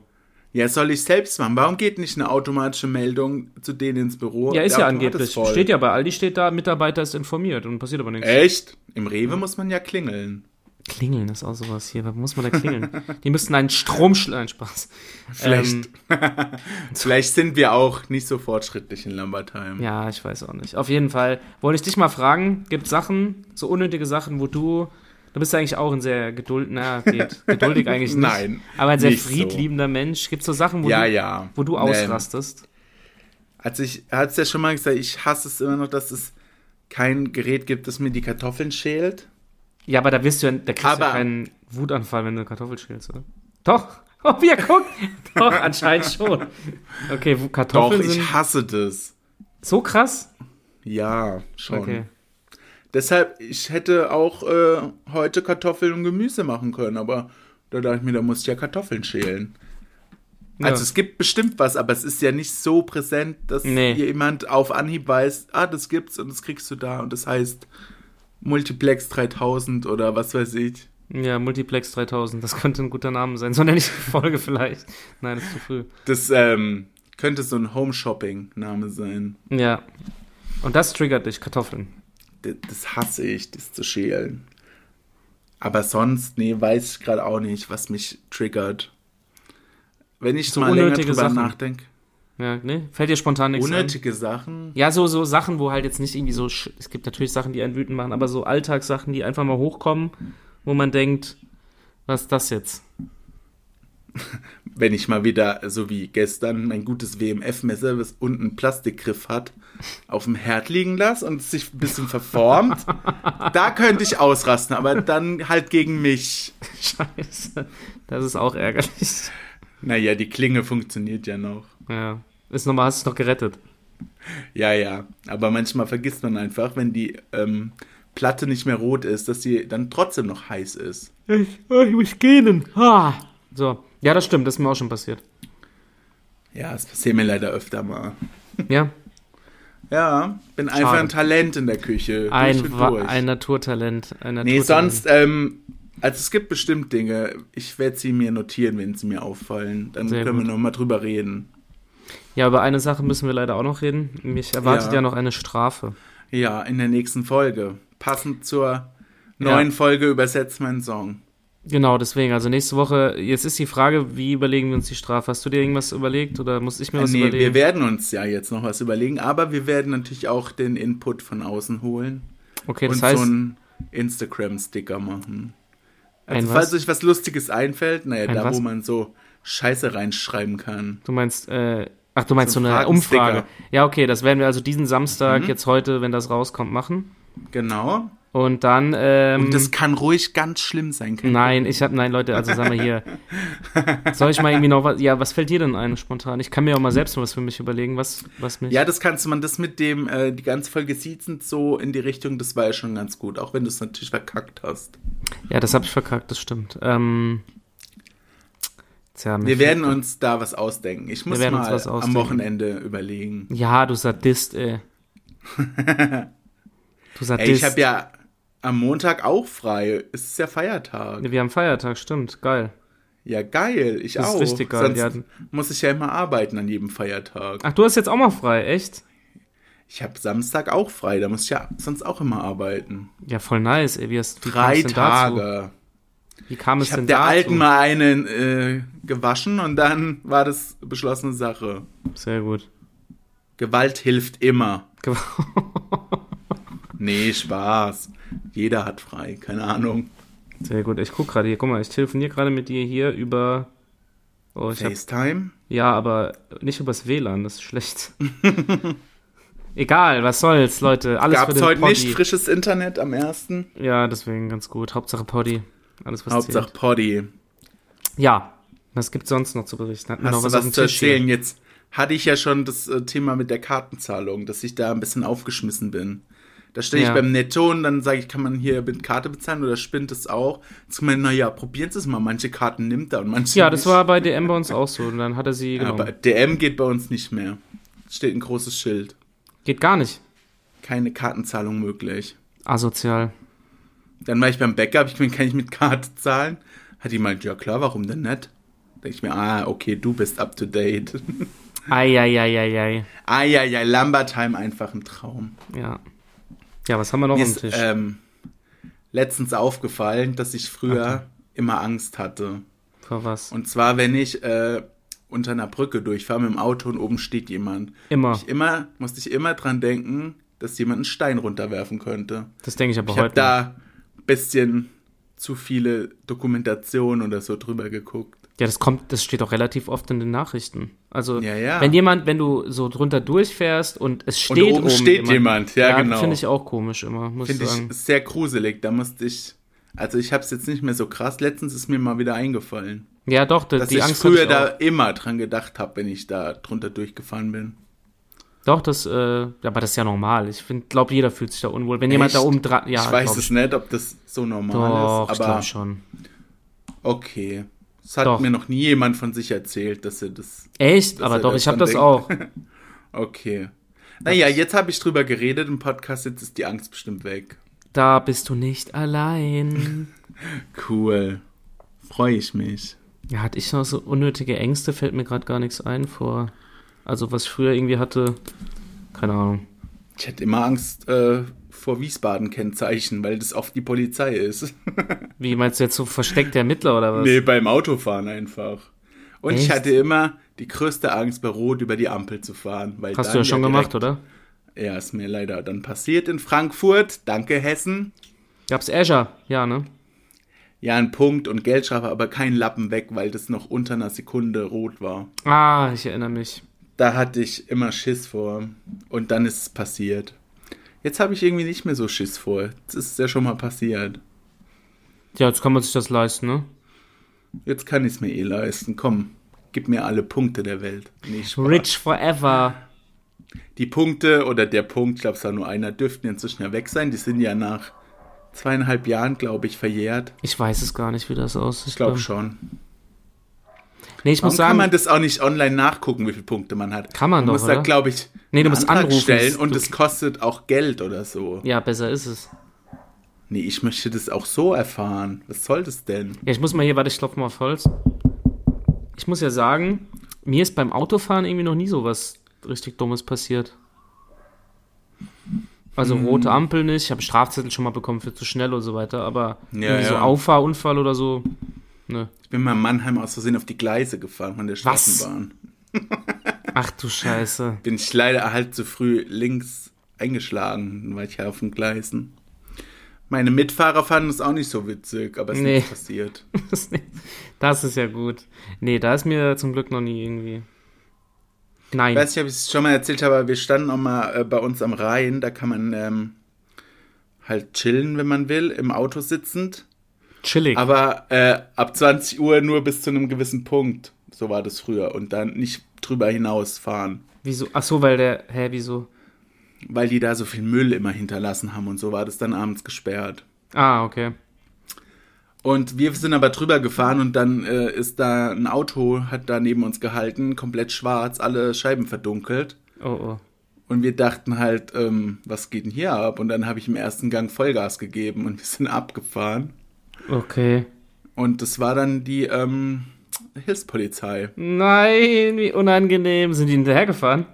Speaker 1: ja, soll ich selbst machen? Warum geht nicht eine automatische Meldung zu denen ins Büro?
Speaker 2: Ja, ist
Speaker 1: Der
Speaker 2: ja
Speaker 1: Automat
Speaker 2: angeblich.
Speaker 1: ist voll.
Speaker 2: Steht ja bei Aldi, steht da, Mitarbeiter ist informiert und passiert aber nichts.
Speaker 1: Echt? Im Rewe muss man ja klingeln.
Speaker 2: Klingeln ist auch sowas hier. Warum muss man da klingeln? Die müssten einen Stromschlag. Nein, Spaß. Ähm.
Speaker 1: Vielleicht. Vielleicht sind wir auch nicht so fortschrittlich in Lambertheim.
Speaker 2: Ja, ich weiß auch nicht. Auf jeden Fall wollte ich dich mal fragen: Gibt Sachen, so unnötige Sachen, wo du. Du bist ja eigentlich auch ein sehr geduld, na, geht, geduldig eigentlich nicht.
Speaker 1: Nein,
Speaker 2: Aber ein sehr
Speaker 1: nicht so.
Speaker 2: friedliebender Mensch. Gibt es so Sachen, wo,
Speaker 1: ja.
Speaker 2: du,
Speaker 1: ja.
Speaker 2: wo du
Speaker 1: Nee.
Speaker 2: ausrastest?
Speaker 1: Also ich hatte es ja schon mal gesagt, ich hasse es immer noch, dass es kein Gerät gibt, das mir die Kartoffeln schält.
Speaker 2: Ja, aber da wirst du ja, da kriegst du ja
Speaker 1: Aber-
Speaker 2: keinen Wutanfall, wenn du eine Kartoffel schälst, oder? Doch. Oh, wie er guckt. Doch, anscheinend schon. Okay, Wu-
Speaker 1: Doch,
Speaker 2: Kartoffeln
Speaker 1: ich
Speaker 2: sind
Speaker 1: hasse das.
Speaker 2: so krass.
Speaker 1: Ja, schon.
Speaker 2: Okay.
Speaker 1: Deshalb, ich hätte auch äh, heute Kartoffeln und Gemüse machen können, aber da dachte ich mir, da muss ich ja Kartoffeln schälen.
Speaker 2: Ja.
Speaker 1: Also es gibt bestimmt was, aber es ist ja nicht so präsent, dass
Speaker 2: Nee.
Speaker 1: jemand auf Anhieb weiß, ah, das gibt's und das kriegst du da und das heißt Multiplex 3000 oder was weiß ich.
Speaker 2: Ja, Multiplex 3000, das könnte ein guter Name sein. So nenne ich die Folge vielleicht. Nein, das ist zu früh.
Speaker 1: Das ähm, könnte so ein Home-Shopping-Name sein.
Speaker 2: Ja. Und das triggert dich, Kartoffeln.
Speaker 1: D das hasse ich, das zu schälen. Aber sonst, nee, weiß ich gerade auch nicht, was mich triggert. Wenn ich
Speaker 2: So
Speaker 1: mal länger
Speaker 2: unnötige
Speaker 1: drüber
Speaker 2: Sachen.
Speaker 1: nachdenke.
Speaker 2: Ja, ne? Fällt dir spontan nichts ein?
Speaker 1: Unnötige Sachen?
Speaker 2: Ja, so, so Sachen, wo halt jetzt nicht irgendwie so. sch- Es gibt natürlich Sachen, die einen wütend machen, aber so Alltagssachen, die einfach mal hochkommen, wo man denkt, was ist das jetzt?
Speaker 1: Wenn ich mal wieder, so wie gestern, mein gutes WMF-Messer, das unten einen Plastikgriff hat, auf dem Herd liegen lasse und es sich ein bisschen verformt, da könnte ich ausrasten, aber dann halt gegen mich.
Speaker 2: Scheiße. Das ist auch ärgerlich.
Speaker 1: Naja, die Klinge funktioniert ja noch.
Speaker 2: Ja. Ist nochmal, hast du es noch gerettet.
Speaker 1: Ja, ja. Aber manchmal vergisst man einfach, wenn die ähm, Platte nicht mehr rot ist, dass sie dann trotzdem noch heiß ist.
Speaker 2: Ich, ich muss gehen. Ha. So. Ja, das stimmt, das ist mir auch schon passiert.
Speaker 1: Ja, das passiert mir leider öfter mal.
Speaker 2: Ja.
Speaker 1: Ja, bin einfach
Speaker 2: Schade.
Speaker 1: ein Talent in der Küche. durch
Speaker 2: Ein,
Speaker 1: und
Speaker 2: Wa-
Speaker 1: durch.
Speaker 2: ein Naturtalent. Ein Naturtalent.
Speaker 1: Nee, sonst, ähm, also es gibt bestimmt Dinge. Ich werde sie mir notieren, wenn sie mir auffallen. Dann
Speaker 2: Sehr
Speaker 1: können
Speaker 2: gut.
Speaker 1: wir nochmal drüber reden.
Speaker 2: Ja, über eine Sache müssen wir leider auch noch reden. Mich erwartet ja,
Speaker 1: Ja.
Speaker 2: noch eine Strafe.
Speaker 1: Ja, in der nächsten Folge. Passend zur
Speaker 2: Ja.
Speaker 1: neuen Folge übersetzt mein Song.
Speaker 2: Genau, deswegen. Also nächste Woche, jetzt ist die Frage, wie überlegen wir uns die Strafe? Hast du dir irgendwas überlegt oder muss ich mir was
Speaker 1: Äh, nee, wir
Speaker 2: überlegen?
Speaker 1: werden uns ja jetzt noch was überlegen, aber wir werden natürlich auch den Input von außen holen
Speaker 2: okay, das
Speaker 1: und
Speaker 2: heißt,
Speaker 1: so einen Instagram-Sticker machen. Also,
Speaker 2: Ein was?
Speaker 1: falls euch was Lustiges einfällt, naja,
Speaker 2: Ein
Speaker 1: da
Speaker 2: was?
Speaker 1: wo man so Scheiße reinschreiben kann.
Speaker 2: du meinst, äh, ach, du meinst so
Speaker 1: So ein Mhm.
Speaker 2: eine
Speaker 1: Fragensticker.
Speaker 2: Umfrage. Ja, okay, das werden wir also diesen Samstag, jetzt heute, wenn das rauskommt, machen.
Speaker 1: Genau.
Speaker 2: Und dann, ähm,
Speaker 1: Und das kann ruhig ganz schlimm sein. Kein
Speaker 2: nein, ich habe, nein, Leute, also sagen wir hier, soll ich mal irgendwie noch was, ja, was fällt dir denn ein spontan? Ich kann mir auch mal selbst was für mich überlegen, was, was mich,
Speaker 1: Ja, das kannst man das mit dem, äh, die ganze Folge siezend so in die Richtung, das war ja schon ganz gut, auch wenn du es natürlich verkackt hast.
Speaker 2: ja, das habe ich verkackt, das stimmt. Ähm, tja, mir
Speaker 1: Wir
Speaker 2: fällt-
Speaker 1: werden uns da was ausdenken. Ich muss
Speaker 2: werden uns
Speaker 1: mal
Speaker 2: was
Speaker 1: am
Speaker 2: ausdenken.
Speaker 1: Wochenende überlegen.
Speaker 2: Ja, du Sadist, ey. du Sadist.
Speaker 1: Ey, ich habe ja am Montag auch frei. Es ist ja Feiertag.
Speaker 2: Wir haben Feiertag, stimmt. Geil.
Speaker 1: Ja, geil. Ich
Speaker 2: Das ist
Speaker 1: auch.
Speaker 2: richtig geil,
Speaker 1: Sonst
Speaker 2: ja. Ah.
Speaker 1: muss ich ja immer arbeiten an jedem Feiertag.
Speaker 2: Ach, du hast jetzt auch mal frei, echt?
Speaker 1: Ich habe Samstag auch frei. Da muss ich ja sonst auch immer arbeiten.
Speaker 2: Ja, voll nice, ey. Wie, hast, wie kam
Speaker 1: Drei
Speaker 2: es denn dazu?
Speaker 1: Tage.
Speaker 2: Wie kam es
Speaker 1: Ich habe
Speaker 2: denn
Speaker 1: der
Speaker 2: dazu?
Speaker 1: Alten mal einen äh, gewaschen und dann war das beschlossene Sache.
Speaker 2: Sehr gut.
Speaker 1: Gewalt hilft immer.
Speaker 2: Ge-
Speaker 1: Nee, Spaß. Jeder hat frei, keine Ahnung.
Speaker 2: Sehr gut. Ich guck gerade hier. Guck mal, ich telefoniere gerade mit dir hier über. Oh, ich hab,
Speaker 1: FaceTime?
Speaker 2: ja, aber nicht übers WLAN, das ist schlecht. Egal, was soll's, Leute. Alles
Speaker 1: Gab
Speaker 2: für
Speaker 1: es
Speaker 2: den
Speaker 1: heute
Speaker 2: Poddy.
Speaker 1: nicht frisches Internet am ersten?
Speaker 2: Ja, deswegen ganz gut. Hauptsache Poddy. Alles, was
Speaker 1: Hauptsache
Speaker 2: zählt.
Speaker 1: Poddy.
Speaker 2: Ja. Was gibt's sonst noch zu berichten? Hatten wir
Speaker 1: Hast
Speaker 2: noch
Speaker 1: du
Speaker 2: Genau, was, auf
Speaker 1: was
Speaker 2: dem
Speaker 1: zu
Speaker 2: Tisch hier?
Speaker 1: erzählen? Jetzt hatte ich ja schon das äh, Thema mit der Kartenzahlung, dass ich da ein bisschen aufgeschmissen bin. Da stehe ich
Speaker 2: Ja.
Speaker 1: beim Netto und dann sage ich, kann man hier mit Karte bezahlen oder spinnt es auch? Jetzt meinte naja, probieren Sie es mal. Manche Karten nimmt er und manche
Speaker 2: Ja, das
Speaker 1: nicht.
Speaker 2: war genau. bei DM bei uns auch so. Und dann hat er sie genommen.
Speaker 1: Aber DM geht bei uns nicht mehr. Steht ein großes Schild.
Speaker 2: Geht gar nicht.
Speaker 1: Keine Kartenzahlung möglich.
Speaker 2: Asozial.
Speaker 1: Dann war ich beim Bäcker, hab ich gemeint, kann ich mit Karte zahlen? Hat die meint, ja klar, warum denn nicht? Denke ich mir, ah, okay, du bist up to date.
Speaker 2: Eieieiei.
Speaker 1: ah, ja, ja, Lambertheim einfach ein Traum.
Speaker 2: Ja. Ja, was haben wir noch
Speaker 1: Mir
Speaker 2: am
Speaker 1: ist
Speaker 2: Tisch?
Speaker 1: ähm, letztens aufgefallen, dass ich früher immer Angst hatte.
Speaker 2: Vor was?
Speaker 1: Und zwar, wenn ich äh, unter einer Brücke durchfahre mit dem Auto und oben steht jemand.
Speaker 2: Immer.
Speaker 1: Ich immer, musste ich immer dran denken, dass jemand einen Stein runterwerfen könnte.
Speaker 2: Das denke ich aber
Speaker 1: Ich habe
Speaker 2: heute. nicht.
Speaker 1: da ein bisschen zu viele Dokumentationen oder so drüber geguckt.
Speaker 2: Ja, das kommt, das steht auch relativ oft in den Nachrichten. Also,
Speaker 1: Ja, ja.
Speaker 2: wenn jemand, wenn du so drunter durchfährst und es steht
Speaker 1: oben steht jemand. Ja, genau.
Speaker 2: finde ich auch komisch immer, muss ich
Speaker 1: Finde
Speaker 2: sagen.
Speaker 1: ich sehr gruselig. Da musste ich. Also ich habe es jetzt nicht mehr so krass. Letztens ist mir mal wieder eingefallen,
Speaker 2: ja, doch, die,
Speaker 1: dass
Speaker 2: die
Speaker 1: ich
Speaker 2: Angst hab
Speaker 1: früher
Speaker 2: ich
Speaker 1: da
Speaker 2: auch.
Speaker 1: immer dran gedacht habe, wenn ich da drunter durchgefahren bin.
Speaker 2: Doch, das, äh, ja, aber das ist ja normal. Ich glaube, jeder fühlt sich da unwohl. Wenn jemand da
Speaker 1: Echt?
Speaker 2: oben dran, ja,
Speaker 1: ich weiß
Speaker 2: glaub
Speaker 1: es nicht, ob das so normal
Speaker 2: Doch, ich
Speaker 1: ist, aber
Speaker 2: glaube schon.
Speaker 1: okay. Es hat
Speaker 2: Doch.
Speaker 1: mir noch nie jemand von sich erzählt, dass er das.
Speaker 2: Echt?
Speaker 1: er
Speaker 2: Aber doch,
Speaker 1: das
Speaker 2: ich habe
Speaker 1: schon
Speaker 2: das
Speaker 1: denkt.
Speaker 2: auch.
Speaker 1: Okay. Naja, jetzt habe ich drüber geredet im Podcast, jetzt ist die Angst bestimmt weg.
Speaker 2: Da bist du nicht allein.
Speaker 1: Cool. Freue ich mich.
Speaker 2: Ja, hatte ich noch so unnötige Ängste, fällt mir gerade gar nichts ein vor. Also, was ich früher irgendwie hatte, keine Ahnung.
Speaker 1: Ich hätte immer Angst äh, vor Wiesbaden-Kennzeichen, weil das oft die Polizei ist.
Speaker 2: Wie meinst du jetzt so versteckte Ermittler oder was?
Speaker 1: nee, beim Autofahren einfach. Und ich
Speaker 2: Echt?
Speaker 1: hatte immer die größte Angst, bei Rot über die Ampel zu fahren. Weil
Speaker 2: Hast
Speaker 1: dann
Speaker 2: du ja schon
Speaker 1: direkt-
Speaker 2: gemacht, oder?
Speaker 1: Ja, ist mir leider dann passiert in Frankfurt. Danke, Hessen.
Speaker 2: Gab's Azure? Ja, ne?
Speaker 1: Ja, ein Punkt und Geldstrafe, aber kein Lappen weg, weil das noch unter einer Sekunde rot war.
Speaker 2: Ah, ich erinnere mich.
Speaker 1: Da hatte ich immer Schiss vor. Und dann ist es passiert. Jetzt habe ich irgendwie nicht mehr so Schiss vor. Jetzt ist es ja schon mal passiert.
Speaker 2: Ja, jetzt kann man sich das leisten, ne?
Speaker 1: Jetzt kann ich es mir eh leisten. Komm, gib mir alle Punkte der Welt. Nee, Spaß.
Speaker 2: Rich forever.
Speaker 1: Die Punkte oder der Punkt, ich glaube, es war nur einer, dürften inzwischen ja weg sein. Die sind ja nach zweieinhalb Jahren, glaube ich, verjährt.
Speaker 2: Ich weiß es gar nicht, wie das aussieht.
Speaker 1: Ich glaube schon.
Speaker 2: Nee, ich
Speaker 1: Warum
Speaker 2: muss sagen,
Speaker 1: kann man das auch nicht online nachgucken, wie viele Punkte man hat?
Speaker 2: Kann man
Speaker 1: man
Speaker 2: doch,
Speaker 1: muss da,
Speaker 2: oder?
Speaker 1: glaube ich,
Speaker 2: Nee, du
Speaker 1: einen
Speaker 2: musst
Speaker 1: Antrag
Speaker 2: anrufen.
Speaker 1: stellen und
Speaker 2: Du-
Speaker 1: es kostet auch Geld oder so.
Speaker 2: ja, besser ist es.
Speaker 1: Nee, ich möchte das auch so erfahren. Was soll das denn?
Speaker 2: Ja, ich muss mal hier, warte, ich klopfe mal auf Holz. Ich muss ja sagen, mir ist beim Autofahren irgendwie noch nie so was richtig Dummes passiert. Also
Speaker 1: Hm.
Speaker 2: rote Ampel nicht, ich habe Strafzettel schon mal bekommen für zu schnell und so weiter, aber
Speaker 1: Ja,
Speaker 2: irgendwie so
Speaker 1: ja.
Speaker 2: Auffahrunfall oder so. Ne.
Speaker 1: Ich bin mal in Mannheim aus Versehen auf die Gleise gefahren von der Straßenbahn.
Speaker 2: Ach du Scheiße.
Speaker 1: Bin ich leider halt zu früh links eingeschlagen, dann war ich ja auf den Gleisen. Meine Mitfahrer fanden es auch nicht so witzig, aber es ist
Speaker 2: Nee.
Speaker 1: nichts passiert.
Speaker 2: Das ist ja gut. Nee, da ist mir zum Glück noch nie irgendwie. Nein.
Speaker 1: Ich weiß nicht, ob ich es schon mal erzählt habe, aber wir standen auch mal äh, bei uns am Rhein, da kann man ähm, halt chillen, wenn man will, im Auto sitzend.
Speaker 2: chillig.
Speaker 1: Aber äh, ab 20 Uhr nur bis zu einem gewissen Punkt. So war das früher. Und dann nicht drüber hinausfahren.
Speaker 2: wieso? Ach so, weil der. Hä, wieso?
Speaker 1: Weil die da so viel Müll immer hinterlassen haben und so war das dann abends gesperrt.
Speaker 2: Ah, okay.
Speaker 1: Und wir sind aber drüber gefahren und dann äh, ist da ein Auto, hat da neben uns gehalten, komplett schwarz, alle Scheiben verdunkelt.
Speaker 2: Oh, oh.
Speaker 1: Und wir dachten halt, ähm, was geht denn hier ab? Und dann habe ich im ersten Gang Vollgas gegeben und wir sind abgefahren.
Speaker 2: Okay.
Speaker 1: Und das war dann die ähm, Hilfspolizei.
Speaker 2: Nein, wie unangenehm. Sind die hinterhergefahren?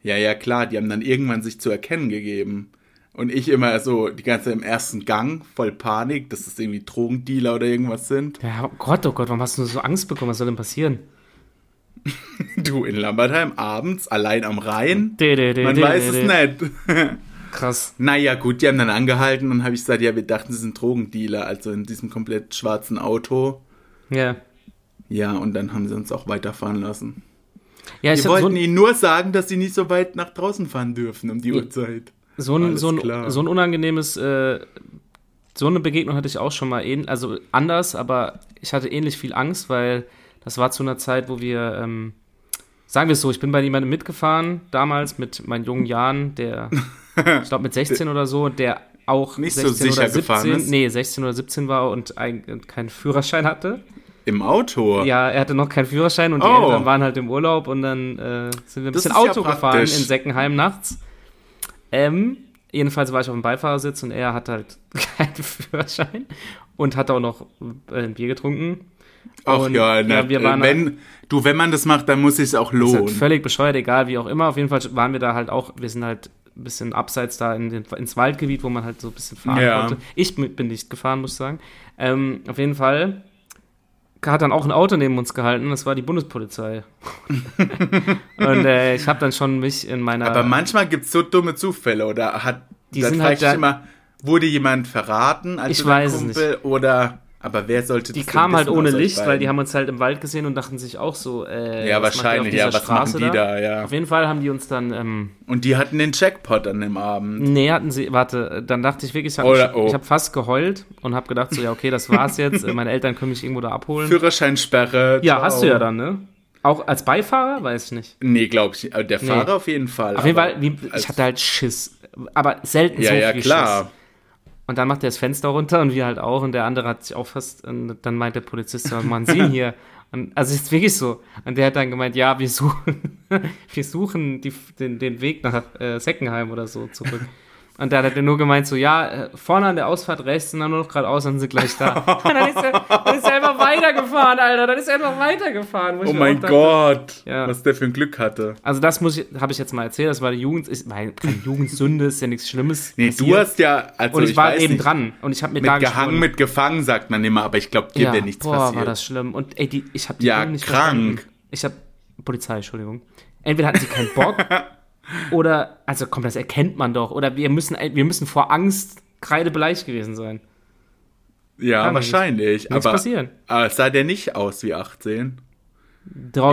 Speaker 1: Ja, ja, klar, die haben dann irgendwann sich zu erkennen gegeben. Und ich immer so die ganze Zeit im ersten Gang, voll Panik, dass das irgendwie Drogendealer oder irgendwas sind.
Speaker 2: Ja, oh Gott, oh Gott, warum hast du so Angst bekommen? Was soll denn passieren?
Speaker 1: Du in Lambertheim abends allein am Rhein.
Speaker 2: De, de, de,
Speaker 1: Man
Speaker 2: de,
Speaker 1: weiß
Speaker 2: de,
Speaker 1: es
Speaker 2: de.
Speaker 1: nicht.
Speaker 2: Krass.
Speaker 1: Naja, gut, die haben dann angehalten und habe ich gesagt, ja, wir dachten, sie sind Drogendealer, also in diesem komplett schwarzen Auto.
Speaker 2: Ja.
Speaker 1: Ja, und dann haben sie uns auch weiterfahren lassen.
Speaker 2: Ja, ich
Speaker 1: Wir
Speaker 2: hab so
Speaker 1: wollten
Speaker 2: ein,
Speaker 1: ihnen nur sagen, dass sie nicht so weit nach draußen fahren dürfen um die Uhrzeit.
Speaker 2: so ein,
Speaker 1: Alles
Speaker 2: so ein,
Speaker 1: klar.
Speaker 2: so ein unangenehmes, äh, so eine Begegnung hatte ich auch schon mal, ähn, also anders, aber ich hatte ähnlich viel Angst, weil das war zu einer Zeit, wo wir, ähm, sagen wir es so, ich bin bei jemandem mitgefahren, damals mit meinen jungen Jahren, der, ich glaube mit 16 oder so, der auch
Speaker 1: Nicht so
Speaker 2: 16
Speaker 1: sicher
Speaker 2: oder 17,
Speaker 1: gefahren ist.
Speaker 2: nee, 16 oder 17 war und, ein, und keinen Führerschein hatte.
Speaker 1: Im Auto.
Speaker 2: Ja, er hatte noch keinen Führerschein und die
Speaker 1: Oh.
Speaker 2: Eltern waren halt im Urlaub und dann äh, sind wir ein
Speaker 1: Das
Speaker 2: bisschen
Speaker 1: ist ja
Speaker 2: Auto gefahren in
Speaker 1: praktisch.
Speaker 2: Seckenheim nachts. Ähm, jedenfalls war ich auf dem Beifahrersitz und er hatte halt keinen Führerschein und hat auch noch äh, ein Bier getrunken.
Speaker 1: Ach
Speaker 2: Und,
Speaker 1: ja, na, äh,
Speaker 2: ja, wir waren-
Speaker 1: wenn, du, wenn man das macht, dann muss sich's auch
Speaker 2: Ist halt
Speaker 1: lohnen.
Speaker 2: völlig bescheuert, egal wie auch immer. Auf jeden Fall waren wir da halt auch, wir sind halt ein bisschen abseits da in den, ins Waldgebiet, wo man halt so ein bisschen fahren
Speaker 1: Ja.
Speaker 2: konnte. Ich mi- bin nicht gefahren, muss ich sagen. Ähm, auf jeden Fall hat dann auch ein Auto neben uns gehalten, das war die Bundespolizei. und äh, ich habe dann schon mich in meiner...
Speaker 1: Aber manchmal gibt's so dumme Zufälle oder hat
Speaker 2: Die
Speaker 1: dann
Speaker 2: sind halt
Speaker 1: frag ich
Speaker 2: da-
Speaker 1: immer, wurde jemand verraten als
Speaker 2: Ich
Speaker 1: dein
Speaker 2: weiß es
Speaker 1: Kumpel oder aber wer sollte
Speaker 2: die
Speaker 1: das denn
Speaker 2: kamen halt
Speaker 1: wissen
Speaker 2: ohne
Speaker 1: aus euch
Speaker 2: Licht, weil die
Speaker 1: beiden?
Speaker 2: haben uns halt im Wald gesehen und dachten sich auch so, äh,
Speaker 1: ja
Speaker 2: was macht ihr auf
Speaker 1: wahrscheinlich ja
Speaker 2: dieser
Speaker 1: was machen
Speaker 2: Straße
Speaker 1: die da, ja
Speaker 2: Auf jeden Fall haben die uns dann... Ähm,
Speaker 1: und die hatten den Jackpot an dem Abend
Speaker 2: Nee, hatten sie, warte, dann dachte ich wirklich, ich habe
Speaker 1: Oder- oh.
Speaker 2: hab fast geheult und habe gedacht, so, ja, okay, das war's jetzt, äh, meine Eltern können mich irgendwo da abholen.
Speaker 1: Führerscheinsperre
Speaker 2: ja,
Speaker 1: ciao.
Speaker 2: hast du ja dann, ne? Auch als Beifahrer, weiß ich nicht.
Speaker 1: nee glaube ich aber der Fahrer auf jeden Fall
Speaker 2: Auf jeden
Speaker 1: aber
Speaker 2: Fall, wie,
Speaker 1: als-
Speaker 2: ich hatte halt Schiss, aber selten
Speaker 1: ja
Speaker 2: so
Speaker 1: ja
Speaker 2: viel Schiss.
Speaker 1: klar
Speaker 2: Und dann macht er das Fenster runter und wir halt auch und der andere hat sich auch fast, und dann meint der Polizist, ja, man sehen hier. Und, also ist wirklich so. Und der hat dann gemeint, ja, wir suchen, wir suchen die, den, den Weg nach äh, Seckenheim oder so zurück. Und dann hat er nur gemeint, so, ja, äh, vorne an der Ausfahrt rechts und dann nur noch geradeaus, dann sind sie gleich da. Und dann ist er, dann ist er einfach weitergefahren, Alter. Dann ist er einfach weitergefahren. wo ich
Speaker 1: oh
Speaker 2: mir auch
Speaker 1: mein
Speaker 2: dachte,
Speaker 1: Gott
Speaker 2: Ja.
Speaker 1: was der für ein Glück hatte
Speaker 2: Also das muss ich, habe ich jetzt mal erzählt, das war die Jugend, ist, meine, keine Jugendsünde, ist ja nichts Schlimmes.
Speaker 1: nee du
Speaker 2: passiert.
Speaker 1: hast ja also
Speaker 2: und ich, war
Speaker 1: weiß
Speaker 2: eben
Speaker 1: nicht,
Speaker 2: dran und ich habe mir da
Speaker 1: mit gehangen mit gefangen sagt man immer aber ich glaube dir wäre nichts
Speaker 2: boah, war
Speaker 1: passiert
Speaker 2: das schlimm. Und ey, die, ich habe die
Speaker 1: Ja,
Speaker 2: Bullen nicht
Speaker 1: krank.
Speaker 2: verstanden. Ich habe Polizei, Entschuldigung. Entweder hatten sie keinen Bock oder also komm, das erkennt man doch. Oder wir müssen, wir müssen vor Angst kreidebleich gewesen sein.
Speaker 1: ja
Speaker 2: Kann nicht.
Speaker 1: wahrscheinlich
Speaker 2: Nichts
Speaker 1: aber
Speaker 2: passieren.
Speaker 1: aber es sah der nicht aus wie 18
Speaker 2: Drau,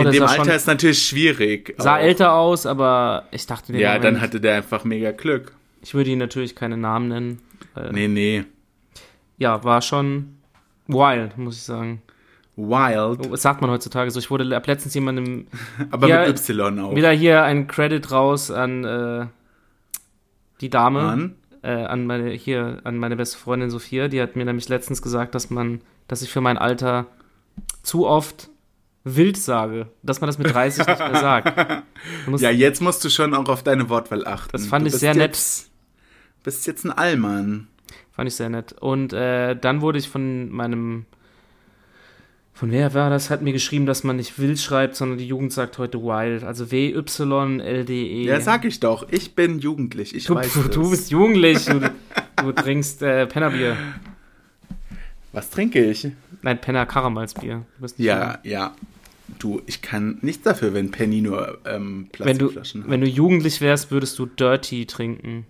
Speaker 1: in
Speaker 2: Oh, das
Speaker 1: dem
Speaker 2: sah,
Speaker 1: Alter
Speaker 2: schon,
Speaker 1: ist natürlich schwierig
Speaker 2: sah
Speaker 1: auch.
Speaker 2: älter aus, aber ich dachte, in dem
Speaker 1: ja dann
Speaker 2: Moment,
Speaker 1: hatte der einfach mega Glück
Speaker 2: ich würde ihn natürlich keine Namen nennen.
Speaker 1: nee nee
Speaker 2: Ja, war schon wild, muss ich sagen.
Speaker 1: wild
Speaker 2: Das sagt man heutzutage so. Ich wurde ab letztens jemandem
Speaker 1: aber
Speaker 2: Oh. Ja,
Speaker 1: mit Y auch
Speaker 2: Wieder hier ein Credit raus an äh, die Dame,
Speaker 1: An?
Speaker 2: Äh, an meine hier an meine beste Freundin Sophia. Die hat mir nämlich letztens gesagt, dass man, dass ich für mein Alter zu oft wild sage, dass man das mit 30 nicht mehr sagt. Du musst-
Speaker 1: Ja, jetzt musst du schon auch auf deine Wortwahl achten.
Speaker 2: Das fand
Speaker 1: du
Speaker 2: ich
Speaker 1: bist
Speaker 2: sehr nett.
Speaker 1: jetzt- Bist jetzt ein Allmann.
Speaker 2: Fand ich sehr nett. Und äh, dann wurde ich von meinem von wer war das? Hat mir geschrieben, dass man nicht wild schreibt, sondern die Jugend sagt heute wild. Also W-Y-L-D-E.
Speaker 1: Ja, sag ich doch. Ich bin jugendlich. Ich
Speaker 2: Du,
Speaker 1: weiß
Speaker 2: du,
Speaker 1: das.
Speaker 2: du bist jugendlich, du, du trinkst äh, Pennerbier.
Speaker 1: Was trinke ich?
Speaker 2: Nein, Penner Karamalsbier. Du bist nicht jung.
Speaker 1: Ja, ja. Du, ich kann nichts dafür, wenn Penny nur ähm,
Speaker 2: Wenn du,
Speaker 1: Plastikflaschen hat.
Speaker 2: wenn du jugendlich wärst, würdest du Dirty trinken.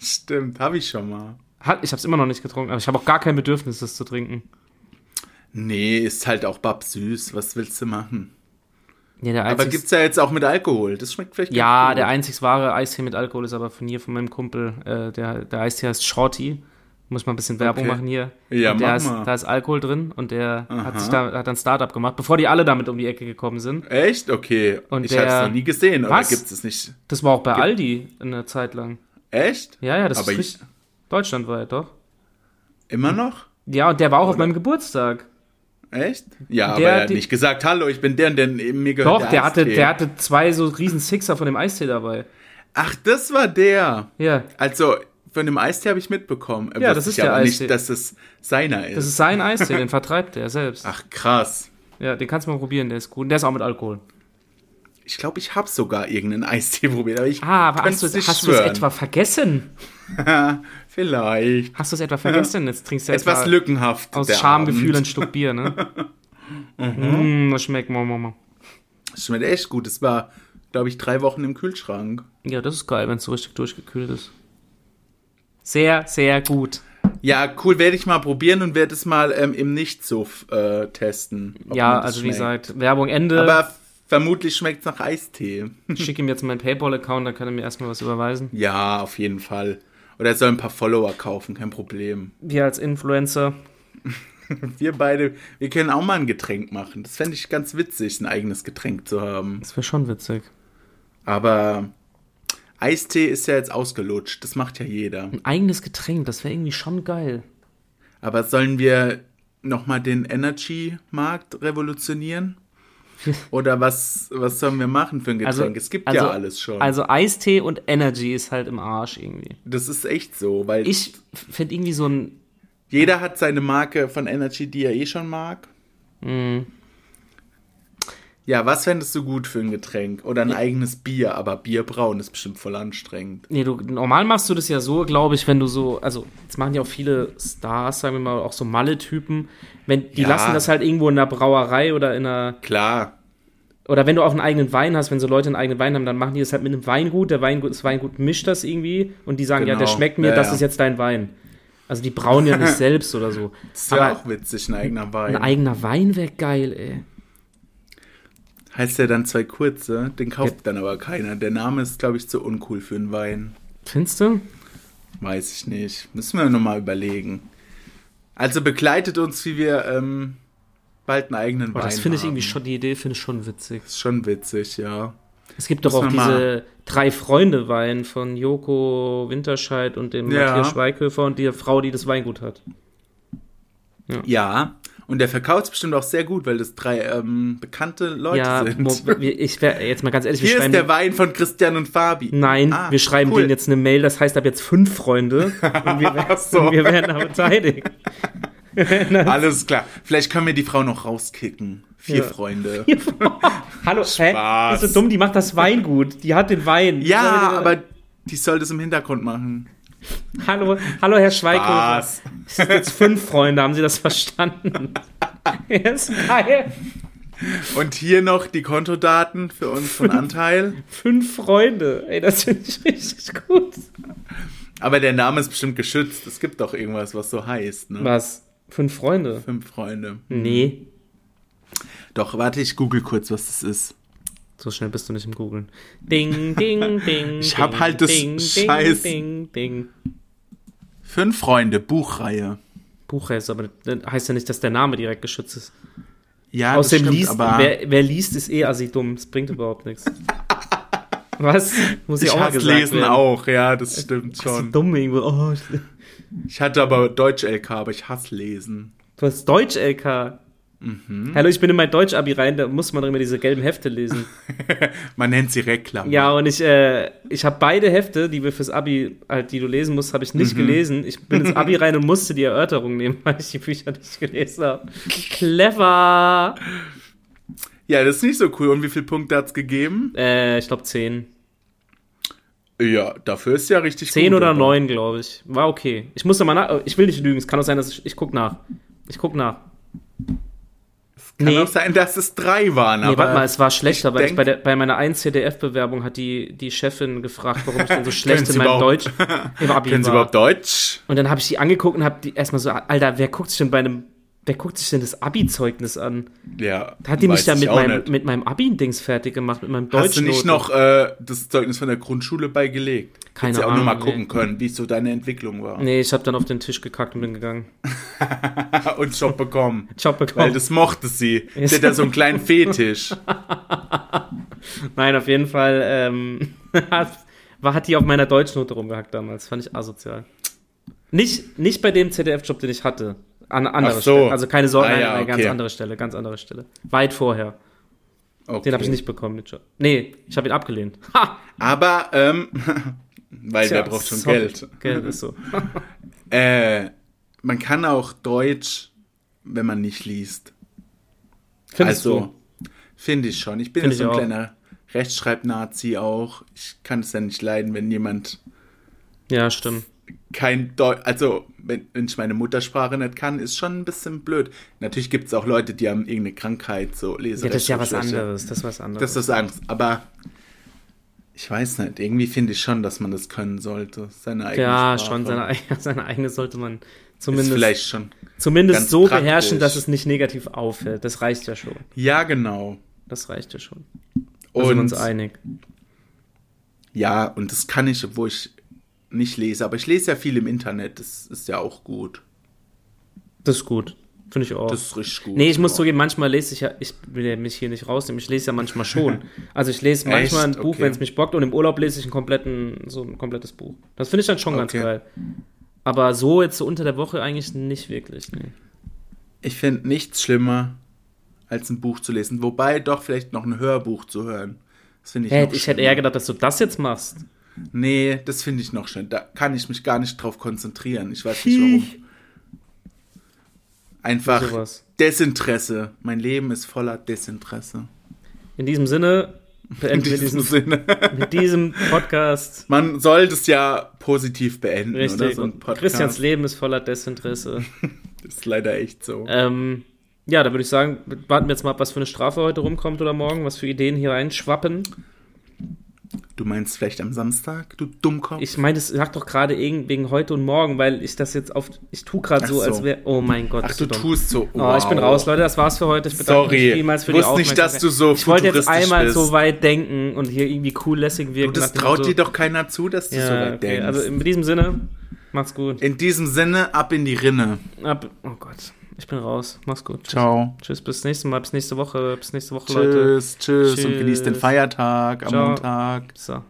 Speaker 1: Stimmt, habe ich schon mal.
Speaker 2: Hat, ich habe es immer noch nicht getrunken, aber ich habe auch gar kein Bedürfnis, das zu trinken.
Speaker 1: Nee, ist halt auch babsüß. Was willst du machen?
Speaker 2: Ja, der
Speaker 1: Aber
Speaker 2: einzig,
Speaker 1: gibt's ja jetzt auch mit Alkohol. Das schmeckt vielleicht
Speaker 2: ja, der
Speaker 1: ganz
Speaker 2: einzig wahre Eistee mit Alkohol ist aber von hier, von meinem Kumpel. Äh, der, der Eistee heißt Shorty. Muss mal ein bisschen Werbung
Speaker 1: Okay.
Speaker 2: machen hier.
Speaker 1: Ja,
Speaker 2: und der
Speaker 1: mach
Speaker 2: ist,
Speaker 1: mal.
Speaker 2: Da ist Alkohol drin und der hat,
Speaker 1: Aha.
Speaker 2: sich da, hat ein Startup gemacht, bevor die alle damit um die Ecke gekommen sind.
Speaker 1: gut. Echt? Okay.
Speaker 2: Und
Speaker 1: ich habe
Speaker 2: der-
Speaker 1: es noch nie gesehen. Oder
Speaker 2: Was?
Speaker 1: gibt's es nicht?
Speaker 2: Das war auch bei Aldi eine Zeit lang.
Speaker 1: Echt?
Speaker 2: Ja, ja, das
Speaker 1: Aber
Speaker 2: ist
Speaker 1: ich-
Speaker 2: richtig. Deutschlandweit, doch.
Speaker 1: Immer noch?
Speaker 2: Ja, und der war auch auf meinem Geburtstag.
Speaker 1: Äh, Echt? Ja,
Speaker 2: Der
Speaker 1: aber er
Speaker 2: hat
Speaker 1: hat
Speaker 2: die-
Speaker 1: nicht gesagt, hallo, ich bin der, denn mir gehört
Speaker 2: Doch, der, hatte,
Speaker 1: Eistee."
Speaker 2: der hatte zwei so riesen Sixer von dem Eistee dabei.
Speaker 1: Ach, das war der.
Speaker 2: Ja,
Speaker 1: Also, von dem Eistee habe ich mitbekommen.
Speaker 2: Ja, das
Speaker 1: Wusste
Speaker 2: ist
Speaker 1: ich
Speaker 2: der
Speaker 1: aber
Speaker 2: Eistee.
Speaker 1: nicht, dass es seiner ist.
Speaker 2: das ist sein Eistee, den vertreibt er selbst.
Speaker 1: Ach, krass.
Speaker 2: Ja, den kannst du mal probieren, der ist gut. Und der ist auch mit Alkohol.
Speaker 1: Ich glaube, ich habe sogar irgendeinen Eistee probiert, aber ich
Speaker 2: Ah, aber hast
Speaker 1: kann's
Speaker 2: du,
Speaker 1: nicht
Speaker 2: hast du es
Speaker 1: schwören.
Speaker 2: etwa vergessen?
Speaker 1: Vielleicht.
Speaker 2: Hast du es etwa vergessen? Jetzt trinkst du
Speaker 1: Etwas
Speaker 2: etwa
Speaker 1: lückenhaft.
Speaker 2: aus
Speaker 1: der
Speaker 2: Schamgefühl
Speaker 1: Abend. Mhm.
Speaker 2: ein Stück Bier, ne? mm, das schmeckt Mama, Mama.
Speaker 1: Das schmeckt echt gut. Es war, glaube ich, drei Wochen im Kühlschrank.
Speaker 2: Ja, das ist geil, wenn es so richtig durchgekühlt ist. Sehr, sehr gut.
Speaker 1: Ja, cool, werde ich mal probieren und werde es mal ähm, im Nicht-Suff äh, testen. ob
Speaker 2: ja,
Speaker 1: mir das
Speaker 2: also wie
Speaker 1: schmeckt.
Speaker 2: gesagt, Werbung Ende.
Speaker 1: Aber Vermutlich schmeckt es nach Eistee.
Speaker 2: Ich schicke ihm jetzt meinen PayPal-Account, dann kann er mir erstmal was überweisen.
Speaker 1: Ja, auf jeden Fall. Oder er soll ein paar Follower kaufen, kein Problem.
Speaker 2: Wir als Influencer.
Speaker 1: Wir beide, wir können auch mal ein Getränk machen. Das fände ich ganz witzig, ein eigenes Getränk zu haben.
Speaker 2: Das wäre schon witzig.
Speaker 1: Aber Eistee ist ja jetzt ausgelutscht. Das macht ja jeder.
Speaker 2: Ein eigenes Getränk, das wäre irgendwie schon geil.
Speaker 1: Aber sollen wir nochmal den Energy-Markt revolutionieren? Oder was, was sollen wir machen für ein Getränk?
Speaker 2: Also-
Speaker 1: es gibt
Speaker 2: also-
Speaker 1: ja alles schon.
Speaker 2: Also Eistee und Energy ist halt im Arsch irgendwie.
Speaker 1: das ist echt so, weil
Speaker 2: Ich finde irgendwie so ein.
Speaker 1: jeder hat seine Marke von Energy, die er eh schon mag.
Speaker 2: Mhm.
Speaker 1: Ja, was fändest du gut für ein Getränk? Oder ein eigenes Bier, aber Bier brauen ist bestimmt voll anstrengend.
Speaker 2: Nee, du, normal machst du das ja so, glaube ich, wenn du so. Also, jetzt machen ja auch viele Stars, sagen wir mal, auch so Malle-Typen. Wenn, die
Speaker 1: Ja.
Speaker 2: lassen das halt irgendwo in einer Brauerei oder in einer.
Speaker 1: Klar,
Speaker 2: Oder wenn du auch einen eigenen Wein hast, wenn so Leute einen eigenen Wein haben, dann machen die das halt mit einem Weingut. Der Weingut, das Weingut mischt das irgendwie und die sagen, ja, der
Speaker 1: Genau.
Speaker 2: schmeckt mir,
Speaker 1: Ja,
Speaker 2: das
Speaker 1: ja.
Speaker 2: ist jetzt dein Wein. Also, die brauen ja nicht selbst oder so.
Speaker 1: ist
Speaker 2: Aber
Speaker 1: ja auch witzig, ein eigener
Speaker 2: ein
Speaker 1: Wein.
Speaker 2: eigener Wein wäre geil, ey.
Speaker 1: heißt ja dann zwei kurze, den kauft dann aber keiner. Der Name ist, glaube ich, zu uncool für einen Wein.
Speaker 2: Findest du?
Speaker 1: Weiß ich nicht. Müssen wir nochmal überlegen. Also begleitet uns, wie wir ähm, bald einen eigenen
Speaker 2: Boah,
Speaker 1: Wein
Speaker 2: Oh, das finde ich
Speaker 1: haben.
Speaker 2: irgendwie schon, die Idee finde ich schon witzig.
Speaker 1: Ist schon witzig, ja.
Speaker 2: Es gibt doch
Speaker 1: Müssen
Speaker 2: auch
Speaker 1: wir
Speaker 2: diese drei Freunde-Wein von Joko Winterscheid und dem
Speaker 1: Ja.
Speaker 2: Matthias Schweighöfer und der Frau, die das Weingut hat.
Speaker 1: Ja. Und der verkauft es bestimmt auch sehr gut, weil das drei ähm, bekannte Leute
Speaker 2: ja,
Speaker 1: sind.
Speaker 2: mo- wir- ich wäre jetzt mal ganz ehrlich, wir
Speaker 1: Hier ist
Speaker 2: schreiben.
Speaker 1: der Wein von Christian und Fabi.
Speaker 2: nein,
Speaker 1: Ah,
Speaker 2: wir schreiben
Speaker 1: cool.
Speaker 2: denen jetzt eine Mail, das heißt ab jetzt fünf Freunde und wir,
Speaker 1: Ach so.
Speaker 2: und wir werden aber beteiligt.
Speaker 1: Alles klar. Vielleicht können wir die Frau noch rauskicken. Vier
Speaker 2: Ja.
Speaker 1: Freunde.
Speaker 2: Hallo, hä?
Speaker 1: Spaß.
Speaker 2: Ist so dumm, die macht das Weingut. Die hat den Wein. Wie
Speaker 1: Ja,
Speaker 2: soll die-
Speaker 1: aber die soll das im Hintergrund machen.
Speaker 2: Hallo, hallo Herr Schweighöfer.
Speaker 1: Was?
Speaker 2: Es sind jetzt fünf Freunde, haben Sie das verstanden? Ja, ist geil.
Speaker 1: Und hier noch die Kontodaten für unseren Anteil.
Speaker 2: Fünf Freunde. Ey, das finde ich richtig gut.
Speaker 1: Aber der Name ist bestimmt geschützt. Es gibt doch irgendwas, was so heißt, ne?
Speaker 2: Was? Fünf Freunde?
Speaker 1: Fünf Freunde.
Speaker 2: Mhm. Nee.
Speaker 1: Doch, warte, ich google kurz, was das ist.
Speaker 2: So schnell bist du nicht im Googlen. Ding, ding, ding.
Speaker 1: Ich hab
Speaker 2: ding,
Speaker 1: halt das
Speaker 2: ding,
Speaker 1: scheiß-
Speaker 2: Ding, ding, ding.
Speaker 1: Fünf Freunde, Buchreihe.
Speaker 2: Buch heißt aber das heißt ja nicht, dass der Name direkt geschützt ist.
Speaker 1: Ja, Ah, das
Speaker 2: Außerdem
Speaker 1: stimmt,
Speaker 2: liest,
Speaker 1: aber
Speaker 2: wer, wer liest, ist eh assi dumm. Es bringt überhaupt nichts. Was? Muss ich
Speaker 1: ich
Speaker 2: auch mal
Speaker 1: hasse
Speaker 2: gesagt
Speaker 1: Lesen
Speaker 2: werden.
Speaker 1: auch, ja, das stimmt
Speaker 2: Assi
Speaker 1: schon.
Speaker 2: dumm irgendwo. Oh, ich,
Speaker 1: Ich hatte aber Deutsch-LK, aber ich hasse Lesen.
Speaker 2: du hast Deutsch-LK.
Speaker 1: Mhm.
Speaker 2: Hallo, ich bin in mein Deutsch-Abi rein, da muss man doch immer diese gelben Hefte lesen.
Speaker 1: Man nennt sie Reklam.
Speaker 2: Ja, und ich, äh, ich habe beide Hefte, die wir fürs Abi, halt, die du lesen musst, habe ich nicht
Speaker 1: Mhm.
Speaker 2: gelesen. Ich bin ins Abi rein und musste die Erörterung nehmen, weil ich die Bücher nicht gelesen habe. Clever!
Speaker 1: ja, das ist nicht so cool. Und wie viele Punkte hat's gegeben?
Speaker 2: Äh, ich glaube 10.
Speaker 1: Ja, dafür ist ja richtig
Speaker 2: 10
Speaker 1: gut,
Speaker 2: oder
Speaker 1: aber-
Speaker 2: 9, glaube ich. War okay. Ich musste mal nach. Ich will nicht lügen. Es kann auch sein, dass ich. Ich guck nach. Ich guck nach.
Speaker 1: Kann
Speaker 2: Nee.
Speaker 1: auch sein, dass es drei waren,
Speaker 2: Nee,
Speaker 1: aber
Speaker 2: warte mal, es war schlechter, weil ich
Speaker 1: denk-
Speaker 2: bei, der, bei meiner 1-CDF-Bewerbung hat die, die Chefin gefragt, warum ich denn so
Speaker 1: Können
Speaker 2: schlecht in
Speaker 1: Sie
Speaker 2: meinem
Speaker 1: überhaupt-
Speaker 2: Deutsch im Abi
Speaker 1: können sie
Speaker 2: war.
Speaker 1: überhaupt Deutsch?
Speaker 2: Und dann habe ich die angeguckt und habe die erstmal so, Alter, wer guckt sich denn bei einem, wer guckt sich denn das Abi-Zeugnis an?
Speaker 1: Ja.
Speaker 2: Hat die mich
Speaker 1: weiß
Speaker 2: da
Speaker 1: ich
Speaker 2: mit
Speaker 1: auch
Speaker 2: meinem,
Speaker 1: nicht.
Speaker 2: mit meinem Abi-Dings fertig gemacht, mit meinem Deutsch.
Speaker 1: Hast du nicht noch äh, das Zeugnis von der Grundschule beigelegt?
Speaker 2: Keine
Speaker 1: Hättest du auch nur mal
Speaker 2: Ahnung, ne.
Speaker 1: gucken können, wie so deine Entwicklung war.
Speaker 2: Nee, ich habe dann auf den Tisch gekackt und bin gegangen.
Speaker 1: Und Job bekommen.
Speaker 2: Job
Speaker 1: Weil
Speaker 2: bekommen.
Speaker 1: das mochte sie. Sie hat da so einen kleinen Fetisch.
Speaker 2: Nein, auf jeden Fall ähm, hat, war, hat die auf meiner Deutschnote rumgehackt damals. Fand ich asozial. Nicht, nicht bei dem CDF-Job, den ich hatte. An andere
Speaker 1: Ach so.
Speaker 2: Stelle. Also keine Sorge,
Speaker 1: Ah,
Speaker 2: nein,
Speaker 1: ja,
Speaker 2: nein, ganz
Speaker 1: okay.
Speaker 2: andere Stelle, ganz andere Stelle. Weit vorher.
Speaker 1: Okay.
Speaker 2: Den habe ich nicht bekommen, den Job. Nee, ich habe ihn abgelehnt. Ha!
Speaker 1: Aber, ähm, weil wer braucht schon
Speaker 2: sorry.
Speaker 1: Geld. Mhm.
Speaker 2: Geld ist so.
Speaker 1: Äh, man kann auch Deutsch, wenn man nicht liest.
Speaker 2: Findest
Speaker 1: also,
Speaker 2: du?
Speaker 1: finde ich schon. Ich bin
Speaker 2: Find
Speaker 1: ja
Speaker 2: ich
Speaker 1: so ein
Speaker 2: auch.
Speaker 1: kleiner Rechtschreib-Nazi auch. Ich kann es ja nicht leiden, wenn jemand
Speaker 2: Ja, stimmt.
Speaker 1: kein Deutsch, also wenn, wenn ich meine Muttersprache nicht kann, ist schon ein bisschen blöd. Natürlich gibt es auch Leute, die haben irgendeine Krankheit, so Leser.
Speaker 2: Ja, das ist ja was anderes. Das ist was anderes.
Speaker 1: Das ist Angst, aber ich weiß nicht, irgendwie finde ich schon, dass man das können sollte, seine eigene
Speaker 2: ja,
Speaker 1: Sprache.
Speaker 2: schon seine, eigene- seine eigene sollte man
Speaker 1: ist
Speaker 2: zumindest,
Speaker 1: vielleicht schon.
Speaker 2: zumindest
Speaker 1: ganz
Speaker 2: so
Speaker 1: praktisch.
Speaker 2: beherrschen, dass es nicht negativ auffällt. Das reicht ja schon.
Speaker 1: Ja, genau.
Speaker 2: Das reicht ja schon. Da sind wir uns einig.
Speaker 1: Ja, und das kann ich, obwohl ich nicht lese. Aber ich lese ja viel im Internet. Das ist ja auch gut.
Speaker 2: Das ist gut. Finde ich auch.
Speaker 1: Das ist richtig gut.
Speaker 2: nee, ich muss
Speaker 1: Ja.
Speaker 2: zugeben, manchmal lese ich ja, ich will ja mich hier nicht rausnehmen, ich lese ja manchmal schon. Also ich lese manchmal ein
Speaker 1: Echt?
Speaker 2: Buch,
Speaker 1: Okay.
Speaker 2: wenn es mich bockt, und im Urlaub lese ich einen kompletten, so ein komplettes Buch. Das finde ich dann schon ganz
Speaker 1: Okay.
Speaker 2: geil. Aber so jetzt so unter der Woche eigentlich nicht wirklich. Nee.
Speaker 1: Ich finde nichts schlimmer, als ein Buch zu lesen. Wobei doch vielleicht noch ein Hörbuch zu hören. Das finde ich
Speaker 2: Hey,
Speaker 1: noch
Speaker 2: Äh, ich hätte
Speaker 1: schlimmer.
Speaker 2: eher gedacht, dass du das jetzt machst.
Speaker 1: Nee, das finde ich noch schön. Da kann ich mich gar nicht drauf konzentrieren. Ich weiß nicht warum. Einfach
Speaker 2: Sowas.
Speaker 1: Desinteresse. Mein Leben ist voller Desinteresse.
Speaker 2: In diesem Sinne
Speaker 1: In
Speaker 2: beenden wir
Speaker 1: diesem
Speaker 2: diesen,
Speaker 1: Sinne.
Speaker 2: mit diesem Podcast.
Speaker 1: Man sollte es ja positiv beenden, oder?
Speaker 2: Richtig.
Speaker 1: Genau, So ein Podcast.
Speaker 2: Christians Leben ist voller Desinteresse.
Speaker 1: ist leider echt so.
Speaker 2: ähm, ja, da würde ich sagen, warten wir jetzt mal ab, was für eine Strafe heute rumkommt oder morgen, was für Ideen hier reinschwappen.
Speaker 1: Du meinst vielleicht am Samstag, du Dummkopf?
Speaker 2: Ich meine, das sagt doch gerade irgend- wegen heute und morgen, weil ich das jetzt auf. Ich tu gerade
Speaker 1: Ach
Speaker 2: so,
Speaker 1: so.
Speaker 2: als wäre. Oh mein Gott.
Speaker 1: Ach,
Speaker 2: bist
Speaker 1: du
Speaker 2: dumm.
Speaker 1: tust so.
Speaker 2: Oh, ich bin raus, Leute. Das war's für heute. Ich bedanke
Speaker 1: Sorry.
Speaker 2: mich vielmals für
Speaker 1: Wusste
Speaker 2: die
Speaker 1: nicht, dass du so
Speaker 2: Ich wollte jetzt
Speaker 1: futuristisch
Speaker 2: einmal
Speaker 1: bist.
Speaker 2: so weit denken und hier irgendwie cool lässig wirken.
Speaker 1: Du, das
Speaker 2: nach dem
Speaker 1: traut
Speaker 2: Motto-
Speaker 1: dir doch keiner zu, dass du
Speaker 2: ja,
Speaker 1: so weit
Speaker 2: okay.
Speaker 1: denkst.
Speaker 2: Also in diesem Sinne, macht's gut.
Speaker 1: in diesem Sinne, ab in die Rinne.
Speaker 2: Ab, oh Gott. Ich bin raus. Mach's gut. Tschüss.
Speaker 1: Ciao.
Speaker 2: Tschüss, bis nächstes Mal. Bis nächste Woche. Bis nächste Woche, Leute.
Speaker 1: Tschüss, tschüss, und genießt den
Speaker 2: Tschüss.
Speaker 1: Feiertag am
Speaker 2: Ciao.
Speaker 1: Montag.
Speaker 2: So.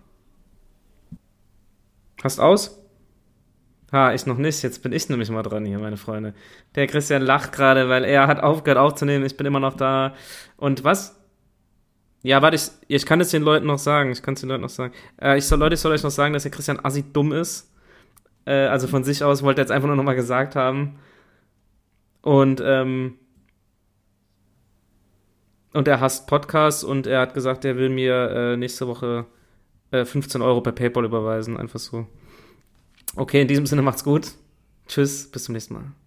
Speaker 2: Hast aus? Ha, ich noch nicht. Jetzt bin ich nämlich mal dran hier, meine Freunde. Der Christian lacht gerade, weil er hat aufgehört aufzunehmen. Ich bin immer noch da. Und was? Ja, warte, ich, ich kann es den Leuten noch sagen. Ich kann es den Leuten noch sagen. Äh, ich soll, Leute, ich soll euch noch sagen, dass der Christian assi dumm ist. Äh, also von sich aus wollte er jetzt einfach nur nochmal gesagt haben. Und, ähm, und er hasst Podcasts und er hat gesagt, er will mir äh, nächste Woche äh, 15 Euro per PayPal überweisen, einfach so. Okay, in diesem Sinne macht's gut. Tschüss, bis zum nächsten Mal.